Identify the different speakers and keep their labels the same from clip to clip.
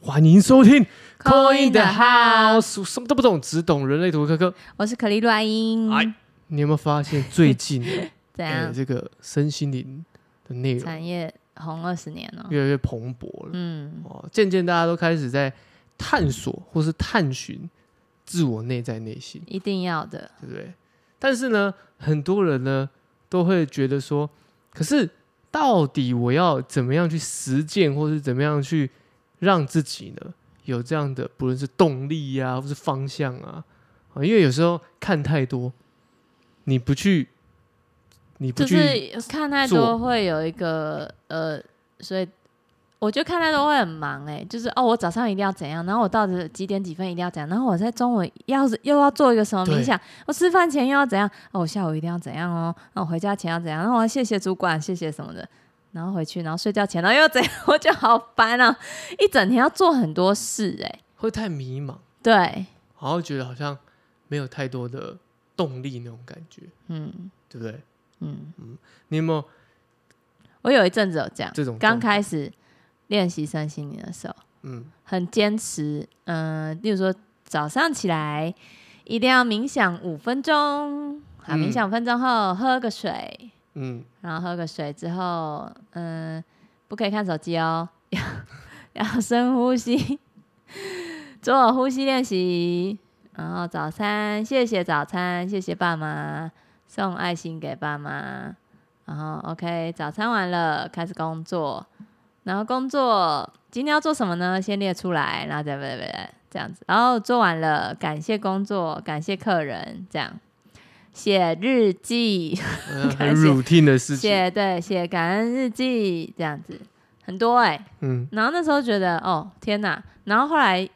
Speaker 1: 欢迎收听《
Speaker 2: Call in the House
Speaker 1: 我什么都不懂，只懂人类图科科。
Speaker 2: 我是可丽露阿英，
Speaker 1: 哎，你有没有发现最 近
Speaker 2: 怎
Speaker 1: 哎
Speaker 2: 样？
Speaker 1: 这个身心灵的内容
Speaker 2: 产业红二十年了、
Speaker 1: 越来越蓬勃了？
Speaker 2: 嗯，
Speaker 1: 哦，渐渐大家都开始在探索或是探寻自我内在内心，
Speaker 2: 一定要的。
Speaker 1: 对不对？但是呢，很多人呢都会觉得说，可是到底我要怎么样去实践，或是怎么样去让自己呢有这样的，不论是动力啊，或是方向啊，啊因为有时候看太多，你不去，你不
Speaker 2: 就
Speaker 1: 去，
Speaker 2: 是看太
Speaker 1: 做
Speaker 2: 多会有一个呃，所以我觉得看太多会很忙哎、就是哦，我早上一定要怎样，然后我到底几点几分一定要怎样，然后我在中午要是又要做一个什么
Speaker 1: 对
Speaker 2: 冥想，我吃饭前又要怎样，哦，我下午一定要怎样哦，那我回家前要怎样，然后我要谢谢主管，谢谢什么的。然后回去，然后睡觉前，然后又怎样， 我就好烦啊！一整天要做很多事、哎，
Speaker 1: 会太迷茫，
Speaker 2: 对，
Speaker 1: 然后觉得好像没有太多的动力那种感觉，
Speaker 2: 嗯
Speaker 1: 对不对？
Speaker 2: 嗯，
Speaker 1: 你有没有
Speaker 2: 我有一阵子有这样，
Speaker 1: 这种
Speaker 2: 刚
Speaker 1: 状态
Speaker 2: 开始练习身心灵的时候，
Speaker 1: 嗯
Speaker 2: 很坚持，嗯、例如说早上起来一定要冥想五分钟，好，
Speaker 1: 嗯
Speaker 2: 冥想五分钟后喝个水，
Speaker 1: 嗯
Speaker 2: 然后喝个水之后，嗯、不可以看手机哦， 要要深呼吸， 做呼吸练习，然后早餐谢谢早餐，谢谢爸妈，送爱心给爸妈，然后 OK 早餐完了开始工作，然后工作今天要做什么呢？先列出来，然后再再再这样子，然后做完了感谢工作，感谢客人，这样写日记。
Speaker 1: 呃很
Speaker 2: 感谢
Speaker 1: routine 的事情，
Speaker 2: 写对写感恩日记这样子，很多哎、
Speaker 1: 嗯
Speaker 2: 然后那时候觉得哦天哪，然后后来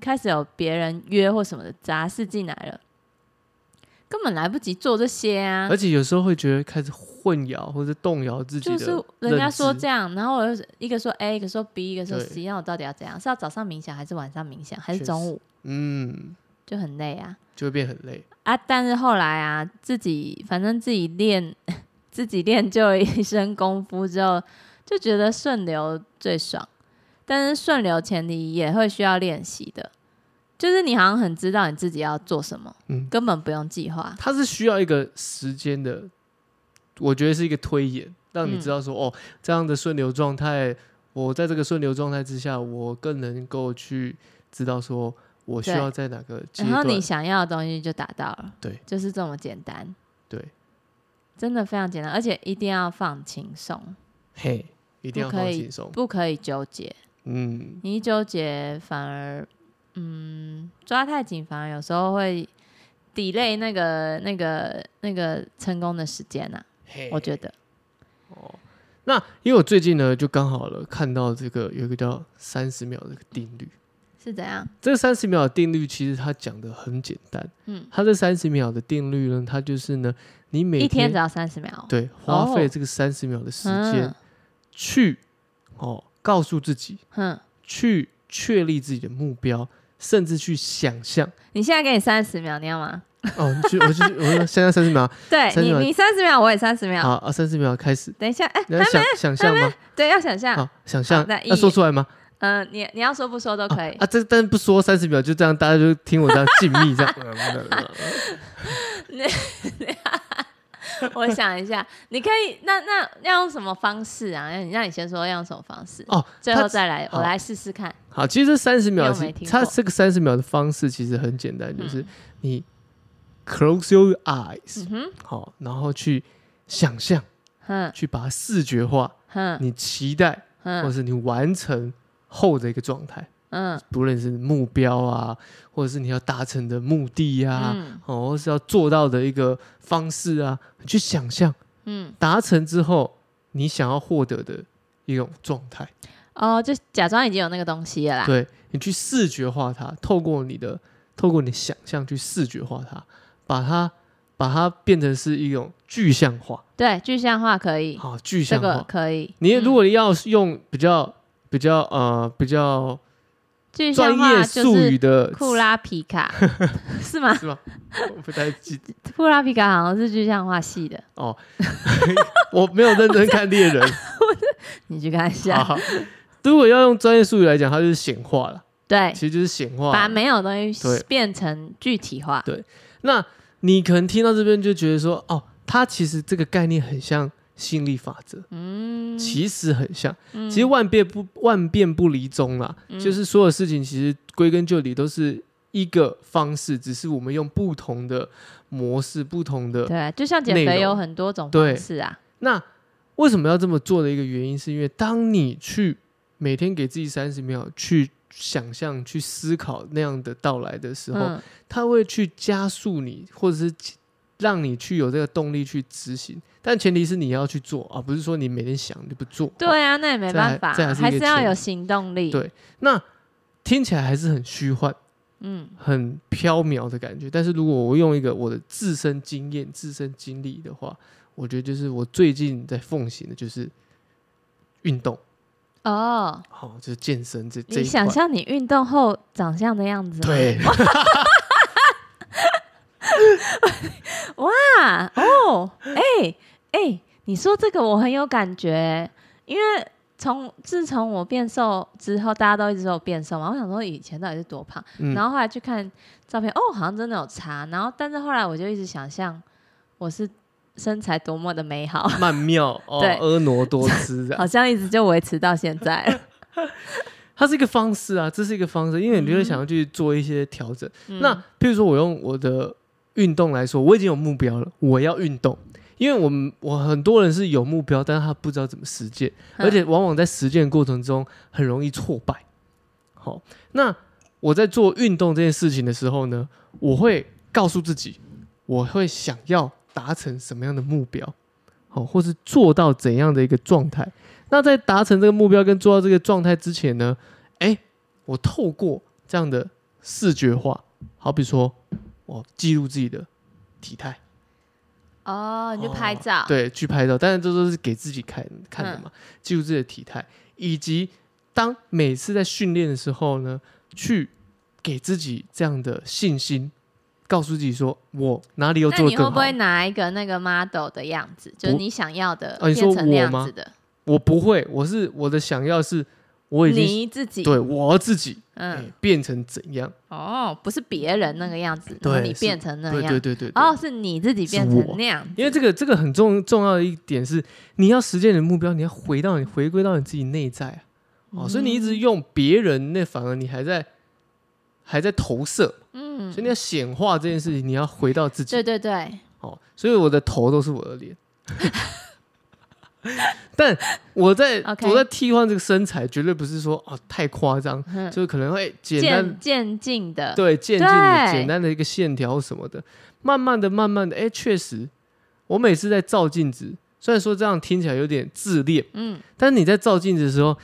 Speaker 2: 开始有别人约或什么的杂事进来了，根本来不及做这些啊
Speaker 1: 而。且有时候会觉得开始混淆或者动摇自己
Speaker 2: 就
Speaker 1: 的，
Speaker 2: 是人家说这
Speaker 1: 样，
Speaker 2: 样，然后我又一个说 A，一个说 B，一个说
Speaker 1: 对
Speaker 2: C，那我到底要怎样？是要早上冥想还是晚上冥想，还
Speaker 1: 确
Speaker 2: 是中午？
Speaker 1: 嗯，
Speaker 2: 就很累啊
Speaker 1: 就会变很累。
Speaker 2: 啊！但是后来啊，自己反正自己练， 自己练就了一身功夫之后，就觉得顺流最爽。但是顺流前提也会需要练习的，就是你好像很知道你自己要做什么，
Speaker 1: 嗯
Speaker 2: 根本不用计划。
Speaker 1: 它是需要一个时间的，我觉得是一个推演，让你知道
Speaker 2: 嗯
Speaker 1: 说，哦，这样的顺流状态，我在这个顺流状态之下，我更能够去知道说我需
Speaker 2: 对
Speaker 1: 要在哪个阶
Speaker 2: 然后
Speaker 1: 段，
Speaker 2: 你想要的东西就达到了，
Speaker 1: 对，
Speaker 2: 就是这么简单，
Speaker 1: 对，
Speaker 2: 真的非常简单，而且一定要放轻松，
Speaker 1: 嘿，一定要
Speaker 2: 不可
Speaker 1: 放
Speaker 2: 以
Speaker 1: 轻松，
Speaker 2: 不可以纠结。
Speaker 1: 嗯，
Speaker 2: 你一纠结，反而嗯抓太紧，反而有时候会 delay 那个那个那个成功的时间呐、
Speaker 1: 嘿，
Speaker 2: 我觉得，
Speaker 1: 哦，那因为我最近呢，就刚好了看到这个有一个叫三十秒的这个定律。
Speaker 2: 是怎样？
Speaker 1: 这个三十秒的定律其实它讲的很简单，
Speaker 2: 嗯，
Speaker 1: 它这三十秒的定律呢，它就是呢，你每
Speaker 2: 一天只要三十秒。
Speaker 1: 对花费这个三十秒的时间、
Speaker 2: 嗯
Speaker 1: 去哦，告诉自己
Speaker 2: 哼，
Speaker 1: 去确立自己的目标，甚至去想象
Speaker 2: 你现在给你三十秒，你要吗？
Speaker 1: 哦，就我就我说现在三十 秒，
Speaker 2: 对
Speaker 1: 30
Speaker 2: 你，
Speaker 1: 秒
Speaker 2: 你三十秒，我也三十
Speaker 1: 好
Speaker 2: 秒。
Speaker 1: 啊，三十秒开始，
Speaker 2: 等一下，哎、
Speaker 1: 你要想想象吗？
Speaker 2: 对，要想象，
Speaker 1: 好，想象
Speaker 2: 啊好那一
Speaker 1: 要说出来吗？
Speaker 2: 嗯、你你要说不说都可以。
Speaker 1: 啊 啊，这但是不说三十秒就这样，大家就听我这样 静谧这样，
Speaker 2: 我想一下，你可以，那那要用什么方式啊？让你让你先说要用什么方式，
Speaker 1: 哦，
Speaker 2: 最
Speaker 1: 它
Speaker 2: 后再来，
Speaker 1: 好
Speaker 2: 我来试试看。
Speaker 1: 好，其实这三十秒
Speaker 2: 因为我
Speaker 1: 是
Speaker 2: 没听
Speaker 1: 它
Speaker 2: 过
Speaker 1: 这个三十秒的方式其实很简单，就是
Speaker 2: 嗯
Speaker 1: 你 close your eyes，
Speaker 2: 嗯哼，
Speaker 1: 好，然后去想象，
Speaker 2: 哼
Speaker 1: 去把它视觉化，
Speaker 2: 哼
Speaker 1: 你期待或
Speaker 2: 哼
Speaker 1: 是你完成后的一个状态，
Speaker 2: 嗯
Speaker 1: 不论是目标啊，或者是你要达成的目的呀、啊，
Speaker 2: 嗯
Speaker 1: 哦，或是要做到的一个方式啊，你去想象
Speaker 2: 嗯，
Speaker 1: 达成之后你想要获得的一种状态。
Speaker 2: 哦，就假装已经有那个东西了啦。
Speaker 1: 对你去视觉化它，透过你的透过你的想象去视觉化它，把它把它变成是一种具象化，
Speaker 2: 对，具象化可以，
Speaker 1: 好、具
Speaker 2: 嗯这
Speaker 1: 象化。
Speaker 2: 个可以。
Speaker 1: 你如
Speaker 2: 嗯
Speaker 1: 果要是用比较比较呃比较
Speaker 2: 具
Speaker 1: 专
Speaker 2: 象化
Speaker 1: 业
Speaker 2: 就
Speaker 1: 术语
Speaker 2: 是
Speaker 1: 的
Speaker 2: 库拉皮卡是吗？
Speaker 1: 是吗？ 我不太记，
Speaker 2: 库拉皮卡好像是具象化系的，
Speaker 1: 我没有认真看猎人。啊
Speaker 2: 你去看一下。
Speaker 1: 好，如果要用专业术语来讲，它就是显化了，
Speaker 2: 对
Speaker 1: 其，实就是显化。
Speaker 2: 把没有东
Speaker 1: 对
Speaker 2: 西变成具体化
Speaker 1: 对，那你可能听到这边就觉得说，哦，它其实这个概念很像吸引力法则，
Speaker 2: 嗯，
Speaker 1: 其实很像，
Speaker 2: 嗯
Speaker 1: 其实万变不万变不离宗啦，
Speaker 2: 嗯
Speaker 1: 就是所有事情其实归根究底都是一个方式，只是我们用不同的模式、不同的
Speaker 2: 对，就像减
Speaker 1: 内
Speaker 2: 肥有
Speaker 1: 容
Speaker 2: 很多种
Speaker 1: 对
Speaker 2: 方式啊，
Speaker 1: 那为什么要这么做的一个原因，是因为当你去每天给自己三十秒去想象、去思考那样的到来的时候，
Speaker 2: 嗯，
Speaker 1: 它会去加速你，或者是让你去有这个动力去执行。但前提是你要去做啊，不是说你每天想你不做。哦，
Speaker 2: 对啊，那也没
Speaker 1: 这还
Speaker 2: 办法，
Speaker 1: 这还是一
Speaker 2: 还
Speaker 1: 个
Speaker 2: 是要
Speaker 1: 前
Speaker 2: 有
Speaker 1: 提
Speaker 2: 行动力，
Speaker 1: 对那听起来还是很虚幻、
Speaker 2: 嗯，
Speaker 1: 很飘渺的感觉。但是如果我用一个我的自身经验、自身经历的话，我觉得就是我最近在奉行的就是运动。
Speaker 2: 哦，
Speaker 1: 好、就是健身这这
Speaker 2: 你
Speaker 1: 一块
Speaker 2: 想。象你运动后长相的样子吗？
Speaker 1: 对，
Speaker 2: 啊，哦，哎、哎、你说这个我很有感觉，因为从自从我变瘦之后，大家都一直说我变瘦嘛，我想说以前到底是多胖，
Speaker 1: 嗯，
Speaker 2: 然后后来去看照片，哦，好像真的有差，然后但是后来我就一直想象我是身材多么的美好，
Speaker 1: 曼妙哦，
Speaker 2: 对
Speaker 1: 婀娜多姿的
Speaker 2: 好，像一直就维持到现在了。
Speaker 1: 它是一个方式啊，这是一个方式，因为你就会想要去做一些调整。
Speaker 2: 嗯
Speaker 1: 那譬如说，我用我的运动来说，我已经有目标了，我要运动。因为我们我很多人是有目标，但是他不知道怎么实践，
Speaker 2: 嗯
Speaker 1: 而且往往在实践过程中很容易挫败。好，那我在做运动这件事情的时候呢，我会告诉自己，我会想要达成什么样的目标，好，或是做到怎样的一个状态。那在达成这个目标跟做到这个状态之前呢，哎，我透过这样的视觉化，好比说，我记录自己的体态，
Speaker 2: 哦，你就
Speaker 1: 哦
Speaker 2: 拍照，
Speaker 1: 对，去拍照，但是这都是给自己看看
Speaker 2: 嗯
Speaker 1: 的嘛，记录自己的体态，以及当每次在训练的时候呢，去给自己这样的信心，告诉自己说我哪里要
Speaker 2: 那
Speaker 1: 做
Speaker 2: 你
Speaker 1: 的
Speaker 2: 会
Speaker 1: 更
Speaker 2: 不
Speaker 1: 好
Speaker 2: 会。拿一个那个 model 的样子，就是
Speaker 1: 我
Speaker 2: 你想要的
Speaker 1: 哦你
Speaker 2: 变
Speaker 1: 说
Speaker 2: 成那
Speaker 1: 我
Speaker 2: 样
Speaker 1: 吗
Speaker 2: 子的？
Speaker 1: 我不会，我是我的想要是，我已经
Speaker 2: 你自己，
Speaker 1: 对我自己、
Speaker 2: 嗯
Speaker 1: 哎，变成怎样？
Speaker 2: 哦，不是别人那个样子，
Speaker 1: 对
Speaker 2: 然后你
Speaker 1: 是
Speaker 2: 变成那
Speaker 1: 对
Speaker 2: 样，
Speaker 1: 对对对对
Speaker 2: 哦，是你自己变
Speaker 1: 是
Speaker 2: 成
Speaker 1: 我
Speaker 2: 那样，
Speaker 1: 因为这个这个很重重要的一点是，你要实现你的目标，你要回到你回归到你自己内在啊、哦，所以你一
Speaker 2: 嗯
Speaker 1: 直用别人，那反而你还在还在投射，
Speaker 2: 嗯
Speaker 1: 所以，你要显化这件事情，你要回到自己
Speaker 2: 对对对，
Speaker 1: 哦。所以我的头都是我的脸， 但我在
Speaker 2: OK
Speaker 1: 我在替换这个身材，绝对不是说哦太夸张，
Speaker 2: 嗯
Speaker 1: 就是可能会简单
Speaker 2: 渐渐进的，
Speaker 1: 对，渐进的
Speaker 2: 对
Speaker 1: 简单的一个线条什么的，慢慢的、慢慢的，哎，确实，我每次在照镜子，虽然说这样听起来有点自恋，
Speaker 2: 嗯，
Speaker 1: 但是你在照镜子的时候，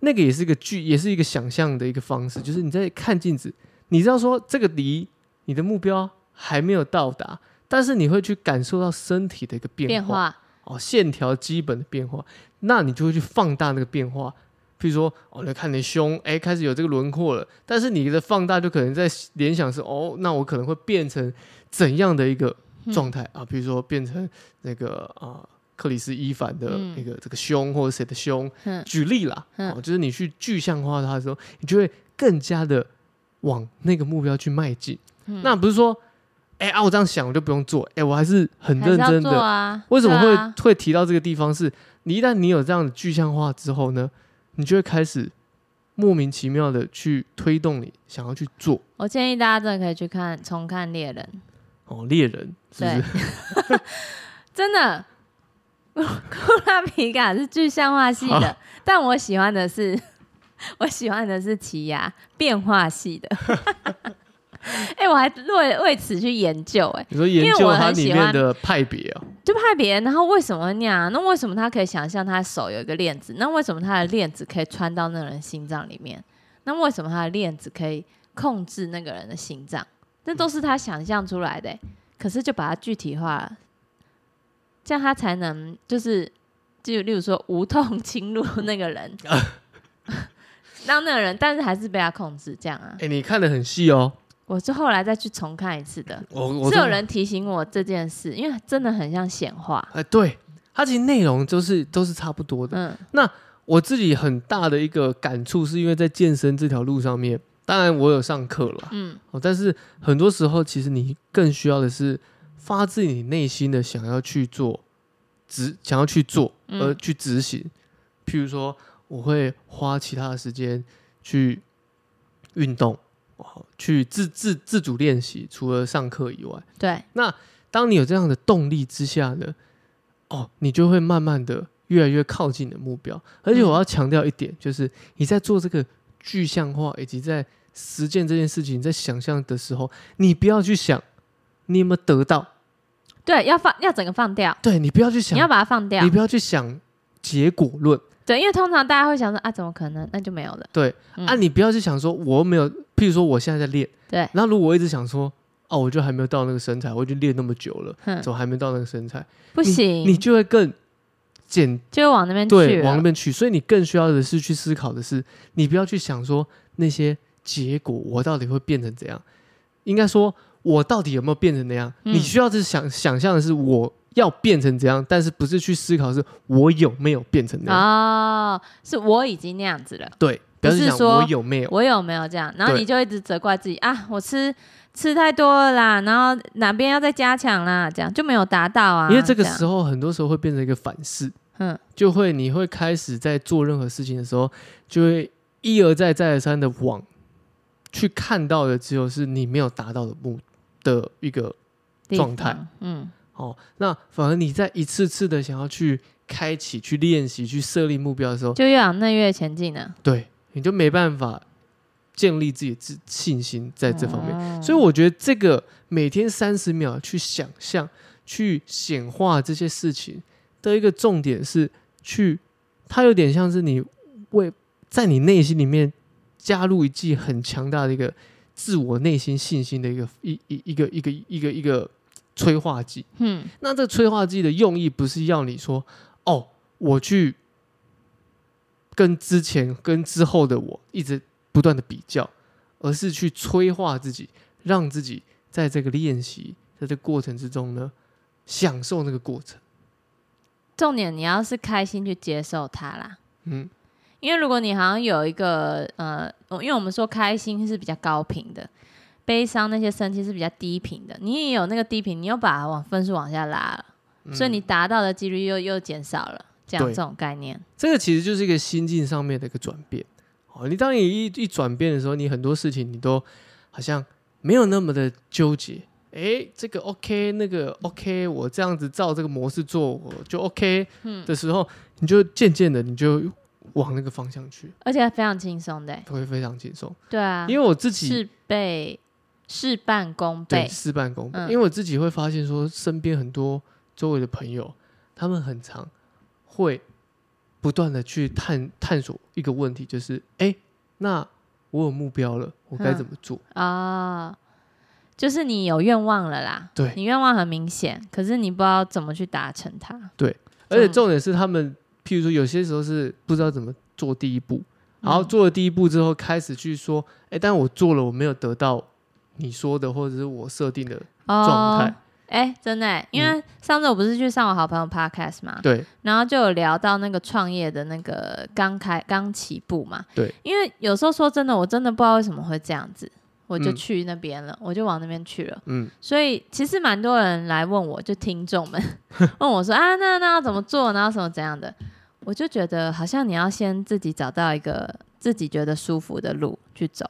Speaker 1: 那个也是一个剧，也是一个想象的一个方式，就是你在看镜子，你知道说这个离你的目标还没有到达，但是你会去感受到身体的一个变
Speaker 2: 变化，
Speaker 1: 哦，线条基本的变化，那你就会去放大那个变化。譬如说，哦，你看你胸，哎，开始有这个轮廓了，但是你的放大就可能在联想是，哦，那我可能会变成怎样的一个
Speaker 2: 嗯
Speaker 1: 状态、啊？比如说变成那个啊、克里斯伊凡的
Speaker 2: 嗯
Speaker 1: 那个、这个胸，或者谁的胸，
Speaker 2: 嗯
Speaker 1: 举例啦，
Speaker 2: 嗯
Speaker 1: 哦，就是你去具象化它的时候，你就会更加的往那个目标去迈进。
Speaker 2: 嗯
Speaker 1: 那不是说，哎啊，我这样想我就不用做，哎，我还是很
Speaker 2: 还是
Speaker 1: 认
Speaker 2: 要
Speaker 1: 真
Speaker 2: 做
Speaker 1: 的。
Speaker 2: 啊，
Speaker 1: 为什么
Speaker 2: 对
Speaker 1: 会、
Speaker 2: 啊
Speaker 1: 会提到这个地方是？你一旦你有这样的具象化之后呢，你就会开始莫名其妙的去推动你想要去做
Speaker 2: 我建议大家真的可以去看重看猎人，
Speaker 1: 哦，猎人是不
Speaker 2: 对
Speaker 1: 是？
Speaker 2: 真的。库拉皮卡是具象化系
Speaker 1: 啊
Speaker 2: 的，但我喜欢的是， 我喜欢的是奇亚变化系的。 哎、我还为为此去研究、哎，
Speaker 1: 你说研
Speaker 2: 因为
Speaker 1: 究
Speaker 2: 我
Speaker 1: 它
Speaker 2: 很
Speaker 1: 里
Speaker 2: 喜
Speaker 1: 面
Speaker 2: 欢
Speaker 1: 的派别啊，
Speaker 2: 就怕别人，然后为什么会那样？那为什么他可以想象他手有一个链子？那为什么他的链子可以穿到那个人心脏里面？那为什么他的链子可以控制那个人的心脏？那都是他想象出来的欸、可是就把它具体化了，这样他才能就是，就例如说无痛侵入那 个人，让那个人，但是还是被他控制，这样啊
Speaker 1: 哎、。你看的很细哦。
Speaker 2: 我是后来再去重看一次的，
Speaker 1: 我我
Speaker 2: 是
Speaker 1: 真
Speaker 2: 有
Speaker 1: 的
Speaker 2: 人提醒我这件事，因为真的很像显化，
Speaker 1: 哎、对，它其实内容都是都是差不多的。
Speaker 2: 嗯。
Speaker 1: 我自己很大的一个感触，是因为在健身这条路上面，当然我有上课了，
Speaker 2: 嗯，
Speaker 1: 哦，但是很多时候其实你更需要的是发自你内心的想要去做，执想要去做，
Speaker 2: 嗯
Speaker 1: 而去执行。譬如说，我会花其他的时间去运动，哦，去自自自主练习，除了上课以外。
Speaker 2: 对，
Speaker 1: 当你有这样的动力之下呢，哦，你就会慢慢的越来越靠近你的目标。而且
Speaker 2: 嗯
Speaker 1: 我要强调一点，就是你在做这个具象化以及在实践这件事情，在想象的时候，你不要去想你有没有得到，
Speaker 2: 对，要放要整个放掉，
Speaker 1: 对你不要去想，
Speaker 2: 你要把它放掉
Speaker 1: 你，不要去想结果论，
Speaker 2: 对，因为通常大家会想说啊，怎么可能？那就没有了，
Speaker 1: 对、
Speaker 2: 嗯
Speaker 1: 啊，你不要去想说我又没有，譬如说我现在在练，
Speaker 2: 对，
Speaker 1: 那如果我一直想说。哦，我就还没有到那个身材，我已经练那么久了，
Speaker 2: 哼，
Speaker 1: 怎么还没到那个身材？
Speaker 2: 嗯不行，
Speaker 1: 你就会更简
Speaker 2: 就往那边去
Speaker 1: 对，往那
Speaker 2: 了，
Speaker 1: 边去。所以你更需要的是去思考的是，你不要去想说那些结果我到底会变成怎样，应该说我到底有没有变成那样。
Speaker 2: 嗯
Speaker 1: 你需要是想想象的是我要变成怎样，但是不是去思考是我有没有变成那样。
Speaker 2: 哦，是我已经那样子了。
Speaker 1: 对，不要去
Speaker 2: 不是
Speaker 1: 想
Speaker 2: 说
Speaker 1: 我有没有。
Speaker 2: 我有没有这样？然后
Speaker 1: 对
Speaker 2: 你就一直责怪自己啊，我吃吃太多了啦，然后哪边要再加强啦，这样就没有达到啊。
Speaker 1: 因为这个
Speaker 2: 样
Speaker 1: 时候，很多时候会变成一个反噬，
Speaker 2: 嗯，
Speaker 1: 就会你会开始在做任何事情的时候，就会一而再再而三的往去看到的只有是你没有达到的目的一个
Speaker 2: 地方
Speaker 1: 状态，
Speaker 2: 嗯，
Speaker 1: 哦，那反而你在一次次的想要去开启、去练习、去设立目标的时候，
Speaker 2: 就越往那越前进呢。
Speaker 1: 对，你就没办法建立自己的自信心在这方面。
Speaker 2: 面
Speaker 1: 所以我觉得这个每天三十秒去想象、去显化这些事情的一个重点是去，它有点像是你为在你内心里面加入一剂很强大的一个自我内心信心的一个一一一个一个一个一个催化剂。
Speaker 2: 嗯，
Speaker 1: 那这催化剂的用意不是要你说，哦，我去跟之前跟之后的我一直不断的比较，而是去催化自己，让自己在这个练习在这个过程之中呢，享受那个过程。
Speaker 2: 重点你要是开心去接受它啦。
Speaker 1: 嗯，
Speaker 2: 因为如果你好像有一个呃，我因为我们说开心是比较高频的，悲伤那些生气是比较低频的，你也有那个低频，你又把它往分数往下拉了，
Speaker 1: 嗯
Speaker 2: 所以你达到的几率又又减少了，这样
Speaker 1: 对
Speaker 2: 这种概念。
Speaker 1: 这个其实就是一个心境上面的一个转变。哦，你当你一一转变的时候，你很多事情你都好像没有那么的纠结。诶，这个 OK，那个 OK，我这样子照这个模式做，我就 OK。
Speaker 2: 嗯
Speaker 1: 的时候，你就渐渐的你就往那个方向去，
Speaker 2: 而且非常轻松的欸，
Speaker 1: 会非常轻松。
Speaker 2: 对啊，
Speaker 1: 因为我自己
Speaker 2: 事倍事半功
Speaker 1: 对
Speaker 2: 倍，
Speaker 1: 事半功倍，
Speaker 2: 嗯
Speaker 1: 因为我自己会发现说，身边很多周围的朋友，他们很常会不断的去探探索一个问题，就是哎、诶那我有目标了，我该
Speaker 2: 嗯
Speaker 1: 怎么做？
Speaker 2: 啊、就是你有愿望了啦，
Speaker 1: 对
Speaker 2: 你愿望很明显，可是你不知道怎么去达成它，
Speaker 1: 而
Speaker 2: 嗯
Speaker 1: 且重点是，他们譬如说有些时候是不知道怎么做第一步，然
Speaker 2: 嗯
Speaker 1: 后做了第一步之后，开始去说，哎、但我做了，我没有得到你说的，或者是我设定的状态。嗯
Speaker 2: 哦哎、真的欸、因为上次我不是去上我好朋友 podcast 嘛，
Speaker 1: 对
Speaker 2: 然后就有聊到那个创业的那个刚开刚起步嘛，
Speaker 1: 对，
Speaker 2: 因为有时候说真的，我真的不知道为什么会这样子，我就
Speaker 1: 嗯
Speaker 2: 去那边了，我就往那边去了。
Speaker 1: 嗯，
Speaker 2: 所以其实蛮多人来问我，就听众 们问我说啊，那那要怎么做，然后什么怎样的，我就觉得好像你要先自己找到一个自己觉得舒服的路去走，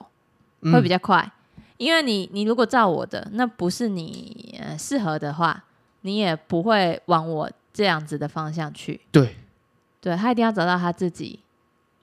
Speaker 1: 嗯
Speaker 2: 会比较快。因为你你如果照我的，那不是你呃适合的话，你也不会往我这样子的方向去。
Speaker 1: 对，
Speaker 2: 对他一定要找到他自己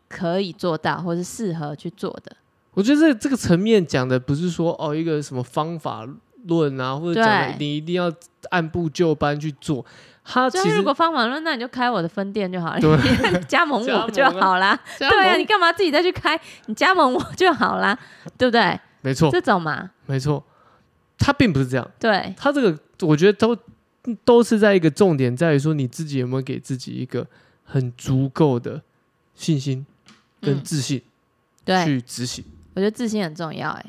Speaker 2: 可以做到，或是适合去做的。
Speaker 1: 我觉得这这个层面讲的不是说哦一个什么方法论啊，或者讲的
Speaker 2: 对
Speaker 1: 你一定要按部就班去做，它其
Speaker 2: 所以
Speaker 1: 实
Speaker 2: 如果方法论，那你就开我的分店就好了，
Speaker 1: 对
Speaker 2: 你 加 盟
Speaker 1: 加盟
Speaker 2: 我
Speaker 1: 啊
Speaker 2: 就好啦。
Speaker 1: 加
Speaker 2: 对啊，
Speaker 1: 盟
Speaker 2: 你干嘛自己再去开？你加盟我就好 啦，对不对？
Speaker 1: 没错
Speaker 2: 这种嘛，
Speaker 1: 没错，它并不是这样，
Speaker 2: 对，
Speaker 1: 它这个我觉得都嗯都是在一个重点在于说你自己有没有给自己一个很足够的信心跟
Speaker 2: 嗯，
Speaker 1: 自信
Speaker 2: 对，
Speaker 1: 去执行。
Speaker 2: 我觉得自信很重要，哎，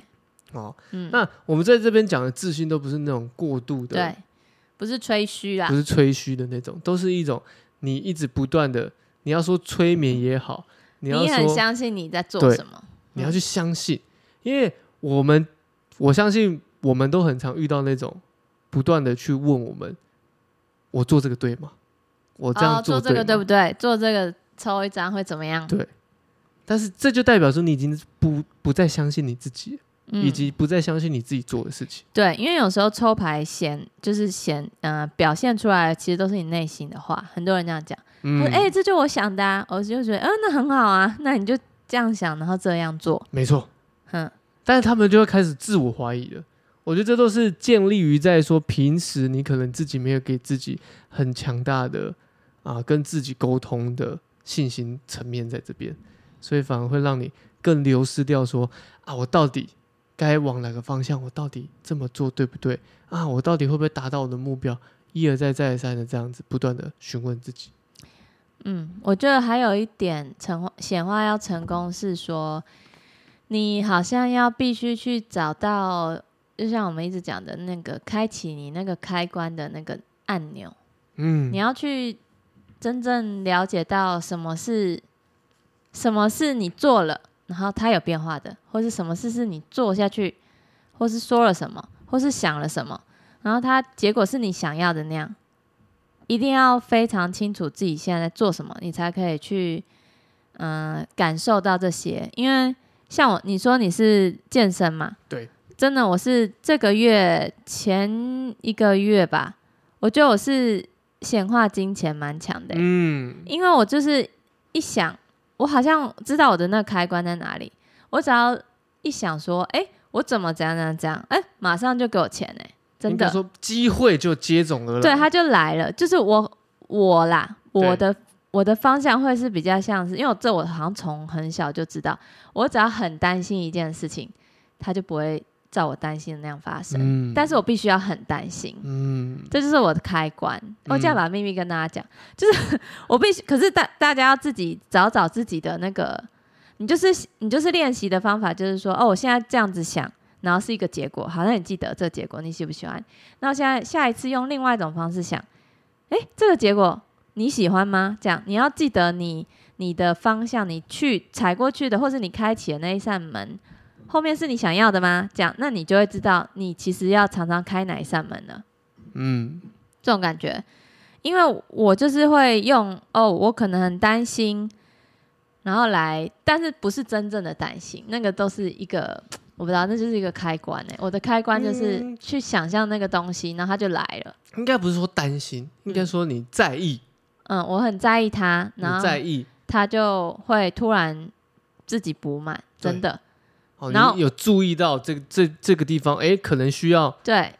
Speaker 1: 哦，
Speaker 2: 嗯，
Speaker 1: 那我们在这边讲的自信都不是那种过度的
Speaker 2: 对，不是吹嘘啦啊
Speaker 1: 不，是吹嘘的那种，都是一种你一直不断的你要说催眠也好，你要
Speaker 2: 你很
Speaker 1: 说
Speaker 2: 相信你在做
Speaker 1: 对
Speaker 2: 什么，
Speaker 1: 你要去相信，因为我们我相信我们都很常遇到那种不断的去问我们，我做这个对吗？我
Speaker 2: 我
Speaker 1: 这样
Speaker 2: 哦做这
Speaker 1: 对
Speaker 2: 个
Speaker 1: 吗？
Speaker 2: 对不对？做这个抽一张会怎么样？
Speaker 1: 对但是这就代表说你已经不不再相信你自己，
Speaker 2: 嗯
Speaker 1: 以及不再相信你自己做的事情。
Speaker 2: 对，因为有时候抽牌显就是显，呃，表现出来其实都是你内心的话。很多人这样讲，他
Speaker 1: 嗯
Speaker 2: 说：“哎、这就我想的、啊。”我就觉得，嗯、那很好啊，那你就这样想，然后这样做，
Speaker 1: 没错。
Speaker 2: 哼，
Speaker 1: 但是他们就会开始自我怀疑了。我觉得这都是建立于在说平时你可能自己没有给自己很强大的啊跟自己沟通的信心层面在这边，所以反而会让你更流失掉说啊我到底该往哪个方向，我到底这么做对不对啊，我到底会不会达到我的目标，一而再再而三的这样子不断的询问自己。
Speaker 2: 嗯，我觉得还有一点成显化要成功是说，你好像要必须去找到，就像我们一直讲的那个开启你那个开关的那个按钮，
Speaker 1: 嗯
Speaker 2: 你，要去真正了解到什么是什么是你做了，然后它有变化的，或是什么事是你做下去，或是说了什么，或是想了什么，然后它结果是你想要的那样。一定要非常清楚自己现在在做什么，你才可以去嗯、呃感受到这些。因为像我，你说你是健身嘛，
Speaker 1: 对，
Speaker 2: 真的我是这个月前一个月吧，我觉得我是显化金钱蛮强的欸、
Speaker 1: 嗯，
Speaker 2: 因为我就是一想，我好像知道我的那个开关在哪里，我只要一想说，哎、我怎么怎样怎样怎样，哎、马上就给我钱哎、真
Speaker 1: 应
Speaker 2: 的
Speaker 1: 该，说机会就接踵而来。
Speaker 2: 对，他就来了。就是我我啦，
Speaker 1: 对
Speaker 2: 我的我的方向会是比较像是，因为我这我好像从很小就知道，我只要很担心一件事情，它就不会照我担心的那样发生。
Speaker 1: 嗯
Speaker 2: 但是我必须要很担心，
Speaker 1: 嗯，
Speaker 2: 这就是我的开关。我这样把秘密跟大家讲， 就是我必须，可是大大家要自己找找自己的那个，你就是你就是练习的方法，就是说，哦，我现在这样子想，然后是一个结果，好，那你记得这个结果你喜不喜欢？那我现在下一次用另外一种方式想，诶，这个结果你喜欢吗？这样你要记得你你的方向，你去踩过去的，或是你开启的那一扇门。后面是你想要的吗？这样，那你就会知道你其实要常常开哪一扇门了。
Speaker 1: 嗯，
Speaker 2: 这种感觉，因为我就是会用哦，我可能很担心，然后来，但是不是真正的担心，那个都是一个我不知道，那就是一个开关哎、我的开关就是
Speaker 1: 嗯
Speaker 2: 去想象那个东西，然后它就来了。
Speaker 1: 应该不是说担心，应该说你在意，
Speaker 2: 嗯，我很在意它，然
Speaker 1: 你
Speaker 2: 后
Speaker 1: 在意，
Speaker 2: 它就会突然自己补满，真的
Speaker 1: 哦，
Speaker 2: 然后
Speaker 1: 你有注意到这个这这个地方，哎，可能需要，
Speaker 2: 对。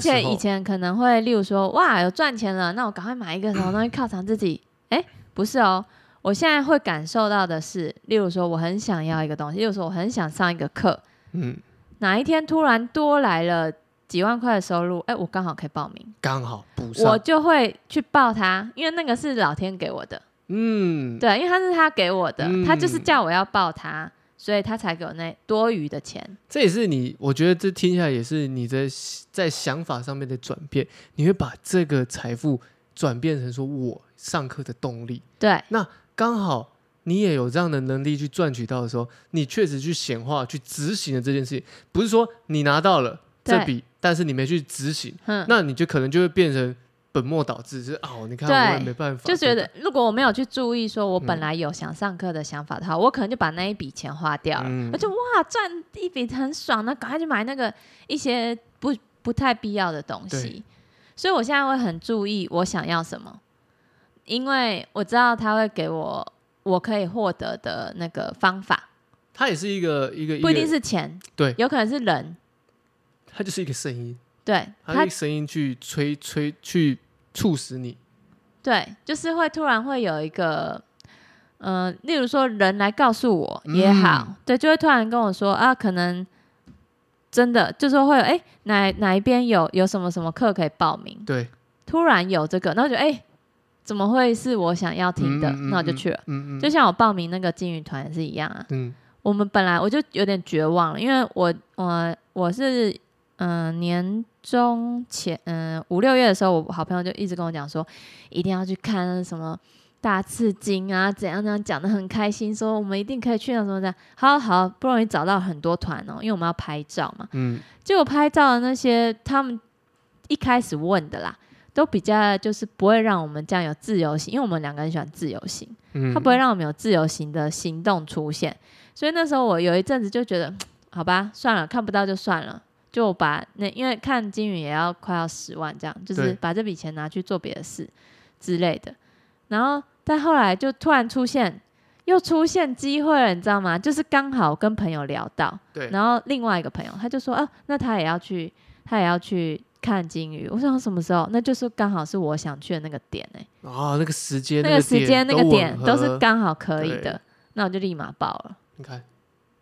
Speaker 1: 的时候
Speaker 2: 且以前可能会，例如说，哇，有赚钱了，那我赶快买一个什么东西犒赏自己。哎、不是哦，我现在会感受到的是，例如说，我很想要一个东西，例如说，我很想上一个课，
Speaker 1: 嗯，
Speaker 2: 哪一天突然多来了几万块的收入，哎、我刚好可以报名，
Speaker 1: 刚好补
Speaker 2: 我
Speaker 1: 上，
Speaker 2: 就会去报它，因为那个是老天给我的，
Speaker 1: 嗯，
Speaker 2: 对，啊因为他是他给我的，
Speaker 1: 嗯
Speaker 2: 他就是叫我要报它，所以他才给我那多余的钱。
Speaker 1: 这也是你，我觉得这听下来也是你的在想法上面的转变，你会把这个财富转变成说我上课的动力，
Speaker 2: 对，
Speaker 1: 刚好你也有这样的能力去赚取到的时候，你确实去显化、去执行了这件事情，不是说你拿到了这
Speaker 2: 对
Speaker 1: 笔，但是你没去执行，
Speaker 2: 嗯，
Speaker 1: 那你就可能就会变成本末倒置，就是哦，你看我也
Speaker 2: 对
Speaker 1: 没办法，
Speaker 2: 就觉
Speaker 1: 对
Speaker 2: 得如果我没有去注意，说我本
Speaker 1: 嗯
Speaker 2: 来有想上课的想法的话，我可能就把那一笔钱花掉了。
Speaker 1: 嗯
Speaker 2: 我就哇赚一笔很爽，那赶快去买那个一些不不太必要的东西
Speaker 1: 对。
Speaker 2: 所以我现在会很注意我想要什么，因为我知道他会给我我可以获得的那个方法，
Speaker 1: 它也是一个一个
Speaker 2: 不一定
Speaker 1: 个
Speaker 2: 是钱，
Speaker 1: 对
Speaker 2: 有可能是人，
Speaker 1: 它就是一个声音，
Speaker 2: 对
Speaker 1: 它是
Speaker 2: 他
Speaker 1: 一个声音去催催去促使你，
Speaker 2: 对，就是会突然会有一个，嗯、例如说人来告诉我
Speaker 1: 嗯
Speaker 2: 也好，对，就会突然跟我说啊，可能真的就是会有哎、哪哪一边有有什么什么课可以报名，
Speaker 1: 对，
Speaker 2: 突然有这个，然后就哎、怎么会是我想要听的？
Speaker 1: 嗯嗯嗯
Speaker 2: 那我就去了。
Speaker 1: 嗯嗯，
Speaker 2: 就像我报名那个金鱼团也是一样啊，
Speaker 1: 嗯
Speaker 2: 我们本来我就有点绝望了，因为我我我是嗯、呃年呃中前嗯五六月的时候，我好朋友就一直跟我讲说，一定要去看什么大刺金啊，怎样怎样讲的很开心，说我们一定可以去那什么的。好好不容易找到很多团哦，因为我们要拍照嘛。
Speaker 1: 嗯，
Speaker 2: 结果拍照的那些他们一开始问的啦，都比较就是不会让我们这样有自由行，因为我们两个人喜欢自由行。
Speaker 1: 嗯
Speaker 2: 它不会让我们有自由行的行动出现。所以那时候我有一阵子就觉得，好吧，算了，看不到就算了，就把那因为看金鱼也要快要十万这样，就是
Speaker 1: 对
Speaker 2: 把这笔钱拿去做别的事之类的。然后但后来就突然出现，又出现机会了，你知道吗？就是刚好跟朋友聊到，
Speaker 1: 对，
Speaker 2: 然后另外一个朋友他就说，啊，那他也要去，他也要去看金鱼。我想什么时候？那就是刚好是我想去的那个点哎、
Speaker 1: 啊，那个时间，
Speaker 2: 那个时间、那
Speaker 1: 都
Speaker 2: 个点
Speaker 1: 吻合
Speaker 2: 都是刚好可以
Speaker 1: 对
Speaker 2: 的，那我就立马报了。
Speaker 1: 你看，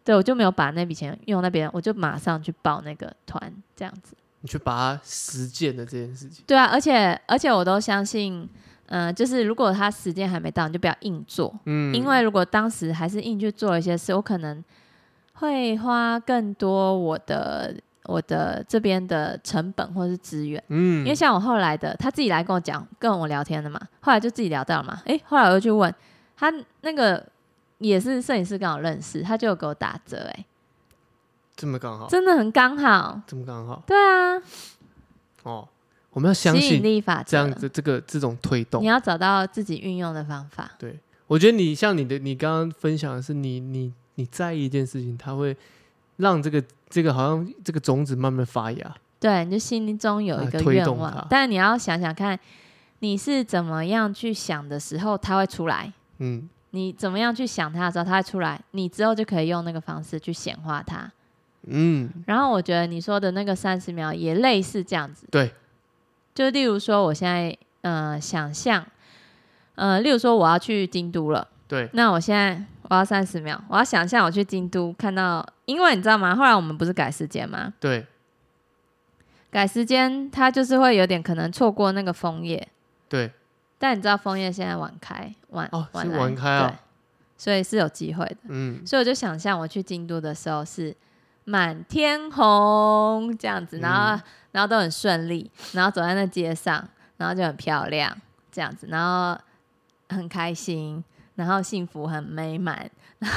Speaker 2: 对，我就没有把那笔钱用那边，我就马上去报那个团，这样子。
Speaker 1: 你去把它实践的这件事情，
Speaker 2: 对啊，而且而且我都相信，嗯、就是如果他时间还没到，你就不要硬做，
Speaker 1: 嗯，
Speaker 2: 因为如果当时还是硬去做一些事，我可能会花更多我的我的这边的成本或是资源。
Speaker 1: 嗯，
Speaker 2: 因为像我后来的，他自己来跟我讲，跟我聊天的嘛，后来就自己聊到嘛，诶，后来我就去问他，那个也是摄影师刚好认识，他就有给我打折、诶，
Speaker 1: 这么刚好，
Speaker 2: 真的很刚好，
Speaker 1: 这么刚好
Speaker 2: 对啊，
Speaker 1: 哦，我们要相
Speaker 2: 吸引
Speaker 1: 信
Speaker 2: 力法则，
Speaker 1: 这样子这个这种推动
Speaker 2: 你。要找到自己运用的方法，
Speaker 1: 我觉得你像你的，你刚刚分享的是你你你在意一件事情，它会让这个这个好像这个种子慢慢发芽。
Speaker 2: 对，你就心中有一
Speaker 1: 来
Speaker 2: 个
Speaker 1: 啊推动
Speaker 2: 愿
Speaker 1: 它
Speaker 2: 望，但你要想想看，你是怎么样去想的时候，它会出来。
Speaker 1: 嗯，
Speaker 2: 你怎么样去想它的时候，它会出来，你之后就可以用那个方式去显化它。
Speaker 1: 嗯，
Speaker 2: 然后我觉得你说的那个三十秒也类似这样子，
Speaker 1: 对，
Speaker 2: 就例如说我现在呃想象，呃，例如说我要去京都了，
Speaker 1: 对，
Speaker 2: 那我现在我要三十秒，我要想象我去京都看到，因为你知道吗？后来我们不是改时间吗？
Speaker 1: 对，
Speaker 2: 改时间它就是会有点可能错过那个枫叶，
Speaker 1: 对，
Speaker 2: 但你知道枫叶现在晚开晚
Speaker 1: 哦，
Speaker 2: 晚
Speaker 1: 是
Speaker 2: 来
Speaker 1: 晚开啊，
Speaker 2: 对，所以是有机会的。
Speaker 1: 嗯，
Speaker 2: 所以我就想象我去京都的时候是满天红这样子，
Speaker 1: 嗯
Speaker 2: 然后、然后都很顺利，然后走在那街上，然后就很漂亮这样子，然后很开心，然后幸福很美满，然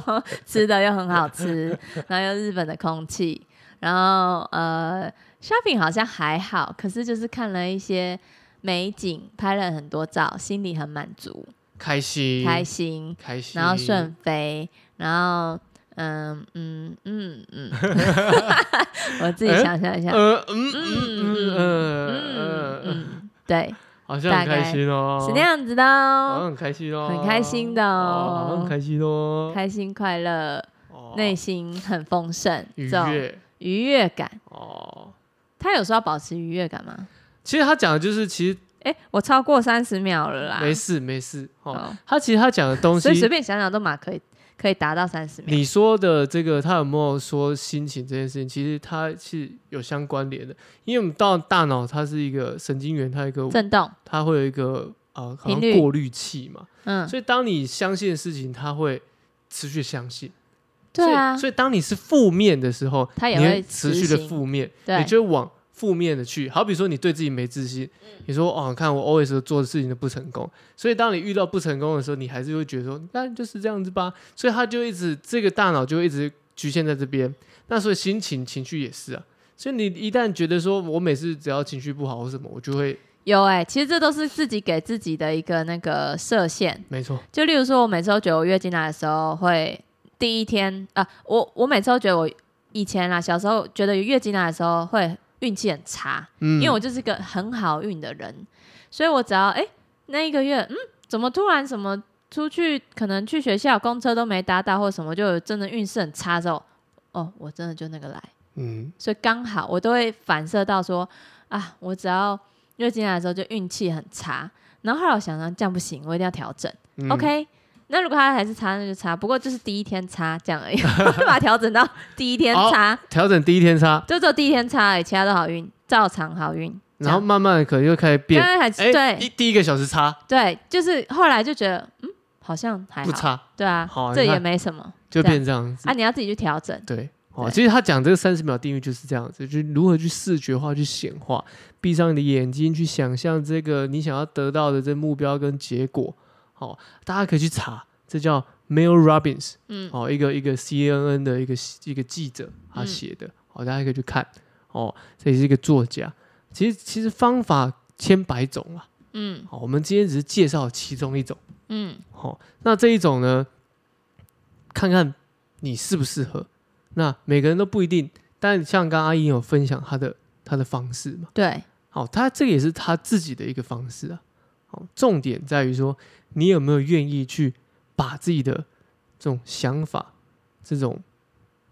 Speaker 2: 后吃的又很好吃，然后又日本的空气，然后呃 shopping 好像还好，可是就是看了一些美景，拍了很多照，心里很满足，
Speaker 1: 开心，
Speaker 2: 开心。
Speaker 1: 开心，
Speaker 2: 然后顺飞，然后嗯嗯嗯 嗯，我自己
Speaker 1: 哎
Speaker 2: 想象一下，
Speaker 1: 呃，嗯
Speaker 2: 嗯
Speaker 1: 嗯
Speaker 2: 嗯嗯
Speaker 1: 嗯嗯，
Speaker 2: 嗯，对，
Speaker 1: 好像很
Speaker 2: 大概
Speaker 1: 开心哦，
Speaker 2: 是那样子的哦
Speaker 1: 好像，很开心哦，
Speaker 2: 很开心的哦
Speaker 1: 好像很开心哦，
Speaker 2: 开心快乐，
Speaker 1: 哦
Speaker 2: 内心很丰盛，
Speaker 1: 愉
Speaker 2: 这种
Speaker 1: 悦
Speaker 2: 愉悦感。
Speaker 1: 哦。
Speaker 2: 他有说要保持愉悦感吗？
Speaker 1: 其实他讲的就是，其实
Speaker 2: 哎，我超过三十秒了啦，
Speaker 1: 没事没事哦
Speaker 2: 啊哦。
Speaker 1: 他其实他讲的东西
Speaker 2: 所以，随便想想都马可以可以达到三十秒。
Speaker 1: 你说的这个，他有没有说心情这件事情？其实它是有相关联的，因为我们到大脑，它是一个神经元，它有一个
Speaker 2: 震动，
Speaker 1: 它会有一个呃，好像
Speaker 2: 频率
Speaker 1: 过滤器嘛。
Speaker 2: 嗯，
Speaker 1: 所以当你相信的事情，它会持续相信。
Speaker 2: 对啊
Speaker 1: 所以，所以当你是负面的时候，
Speaker 2: 它也
Speaker 1: 你
Speaker 2: 会
Speaker 1: 会持续的
Speaker 2: 执行
Speaker 1: 负面，
Speaker 2: 对
Speaker 1: 你就会往负面的去。好比说，你对自己没自信，你说哦，看我 always 做的事情都不成功，所以当你遇到不成功的时候，你还是会觉得说，那就是这样子吧。所以他就一直这个大脑就一直局限在这边。那所以心情情绪也是啊。所以你一旦觉得说我每次只要情绪不好或什么，我就会
Speaker 2: 有哎、其实这都是自己给自己的一个那个设限，
Speaker 1: 没错，
Speaker 2: 就例如说，我每次都觉得我月经来的时候会第一天啊、我我每次都觉得我以前啦，小时候觉得月经来的时候会运气很差，
Speaker 1: 嗯，
Speaker 2: 因为我就是个很好运的人，所以我只要哎、诶那一个月，嗯，怎么突然什么出去可能去学校公车都没搭到或什么，就有真的运势很差之后，哦，我真的就那个来。
Speaker 1: 嗯
Speaker 2: 所以刚好我都会反射到说啊，我只要月经来的时候就运气很差，然后后来我想想这样不行，我一定要调整。
Speaker 1: 嗯
Speaker 2: OK，那如果他还是差，那就差，不过就是第一天差这样而已， 我就把它调整到第一天差，
Speaker 1: 调整第一天差，
Speaker 2: 就只有第一天差而已，其他都好运，照常好运。
Speaker 1: 然后慢慢的可能又开始
Speaker 2: 这
Speaker 1: 变
Speaker 2: 样，刚刚还
Speaker 1: 哎，
Speaker 2: 是对
Speaker 1: 一第一个小时差
Speaker 2: 对，就是后来就觉得嗯，好像还
Speaker 1: 不
Speaker 2: 好，
Speaker 1: 差，
Speaker 2: 对啊
Speaker 1: 好，
Speaker 2: 这
Speaker 1: 你看
Speaker 2: 也没什么
Speaker 1: 就变这样子
Speaker 2: 啊，。你要自己去调整。
Speaker 1: 对，哦，
Speaker 2: 对
Speaker 1: 其实他讲这个三十秒定律就是这样子，就是如何去视觉化、去显化，闭上你的眼睛去想象这个你想要得到的这目标跟结果，哦，大家可以去查，这叫 Mel Robbins，
Speaker 2: 嗯
Speaker 1: 哦，一个一个 CNN 的一个一个记者他
Speaker 2: 嗯
Speaker 1: 写的，哦，大家可以去看，哦，这也是一个作家。其实其实方法千百种啊，
Speaker 2: 嗯
Speaker 1: 好、我们今天只是介绍其中一种。
Speaker 2: 嗯
Speaker 1: 好、那这一种呢，看看你适不适合。那每个人都不一定，但像刚刚阿姨有分享她的她的方式嘛，
Speaker 2: 对，
Speaker 1: 好、她这个也是她自己的一个方式啊。好、重点在于说你有没有愿意去把自己的这种想法、这种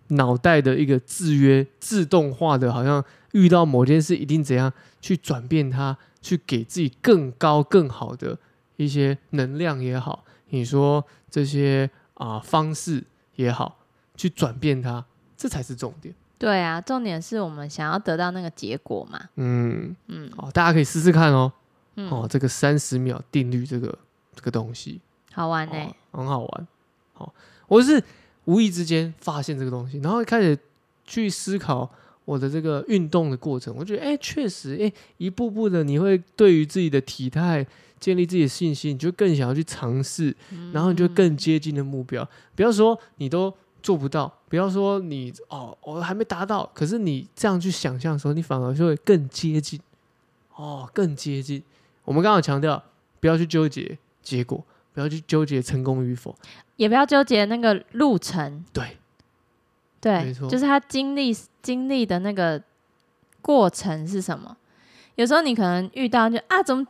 Speaker 1: 脑袋的一个制约、自动化的，好像遇到某件事一定怎样去转变它，去给自己更高、更好的一些能量也好，你说这些啊、方式也好，去转变它，这才是重点。
Speaker 2: 对啊，重点是我们想要得到那个结果嘛。
Speaker 1: 嗯，
Speaker 2: 嗯
Speaker 1: 哦，大家可以试试看哦。
Speaker 2: 嗯，
Speaker 1: 哦，这个三十秒定律这个这个东西，
Speaker 2: 好玩欸呢、
Speaker 1: 哦，很好玩。好、我是无意之间发现这个东西，然后开始去思考我的这个运动的过程。我觉得，哎、确实，哎、一步步的，你会对于自己的体态建立自己的信心，你就更想要去尝试，哦
Speaker 2: 嗯
Speaker 1: 然后你就更接近的目标。不要说你都做不到，不要说你哦，我还没达到，可是你这样去想象的时候，你反而就会更接近，哦，更接近。我们刚好强调，不要去纠结结果，不要去纠结成功与否。
Speaker 2: 也不要纠结那个路程，
Speaker 1: 对，
Speaker 2: 对，
Speaker 1: 没错
Speaker 2: 就是他经历经历的那个过程是什么。有时候你可能遇到就啊，怎么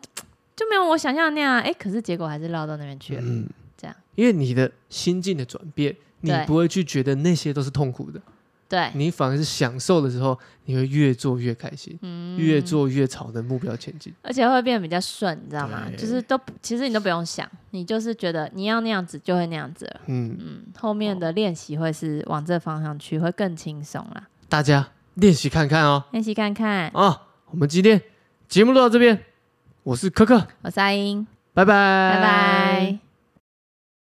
Speaker 2: 就没有我想象的那样啊？哎、可是结果还是绕到那边去了。
Speaker 1: 嗯，
Speaker 2: 这样，
Speaker 1: 因为你的心境的转变，你
Speaker 2: 对
Speaker 1: 不会去觉得那些都是痛苦的，
Speaker 2: 对，
Speaker 1: 你反而是享受的时候，你会越做越开心，
Speaker 2: 嗯
Speaker 1: 越做越朝的目标前进。
Speaker 2: 而且会变得比较顺，你知道吗？
Speaker 1: 对
Speaker 2: 就是都不其实你都不用想，你就是觉得你要那样子就会那样子了。
Speaker 1: 嗯，
Speaker 2: 嗯，后面的练习会是往这方向去，会更轻松啦。
Speaker 1: 大家练习看看哦。
Speaker 2: 练习看看，
Speaker 1: 啊，我们今天节目录到这边，我是可可，
Speaker 2: 我是阿英，
Speaker 1: 拜拜，
Speaker 2: 拜拜。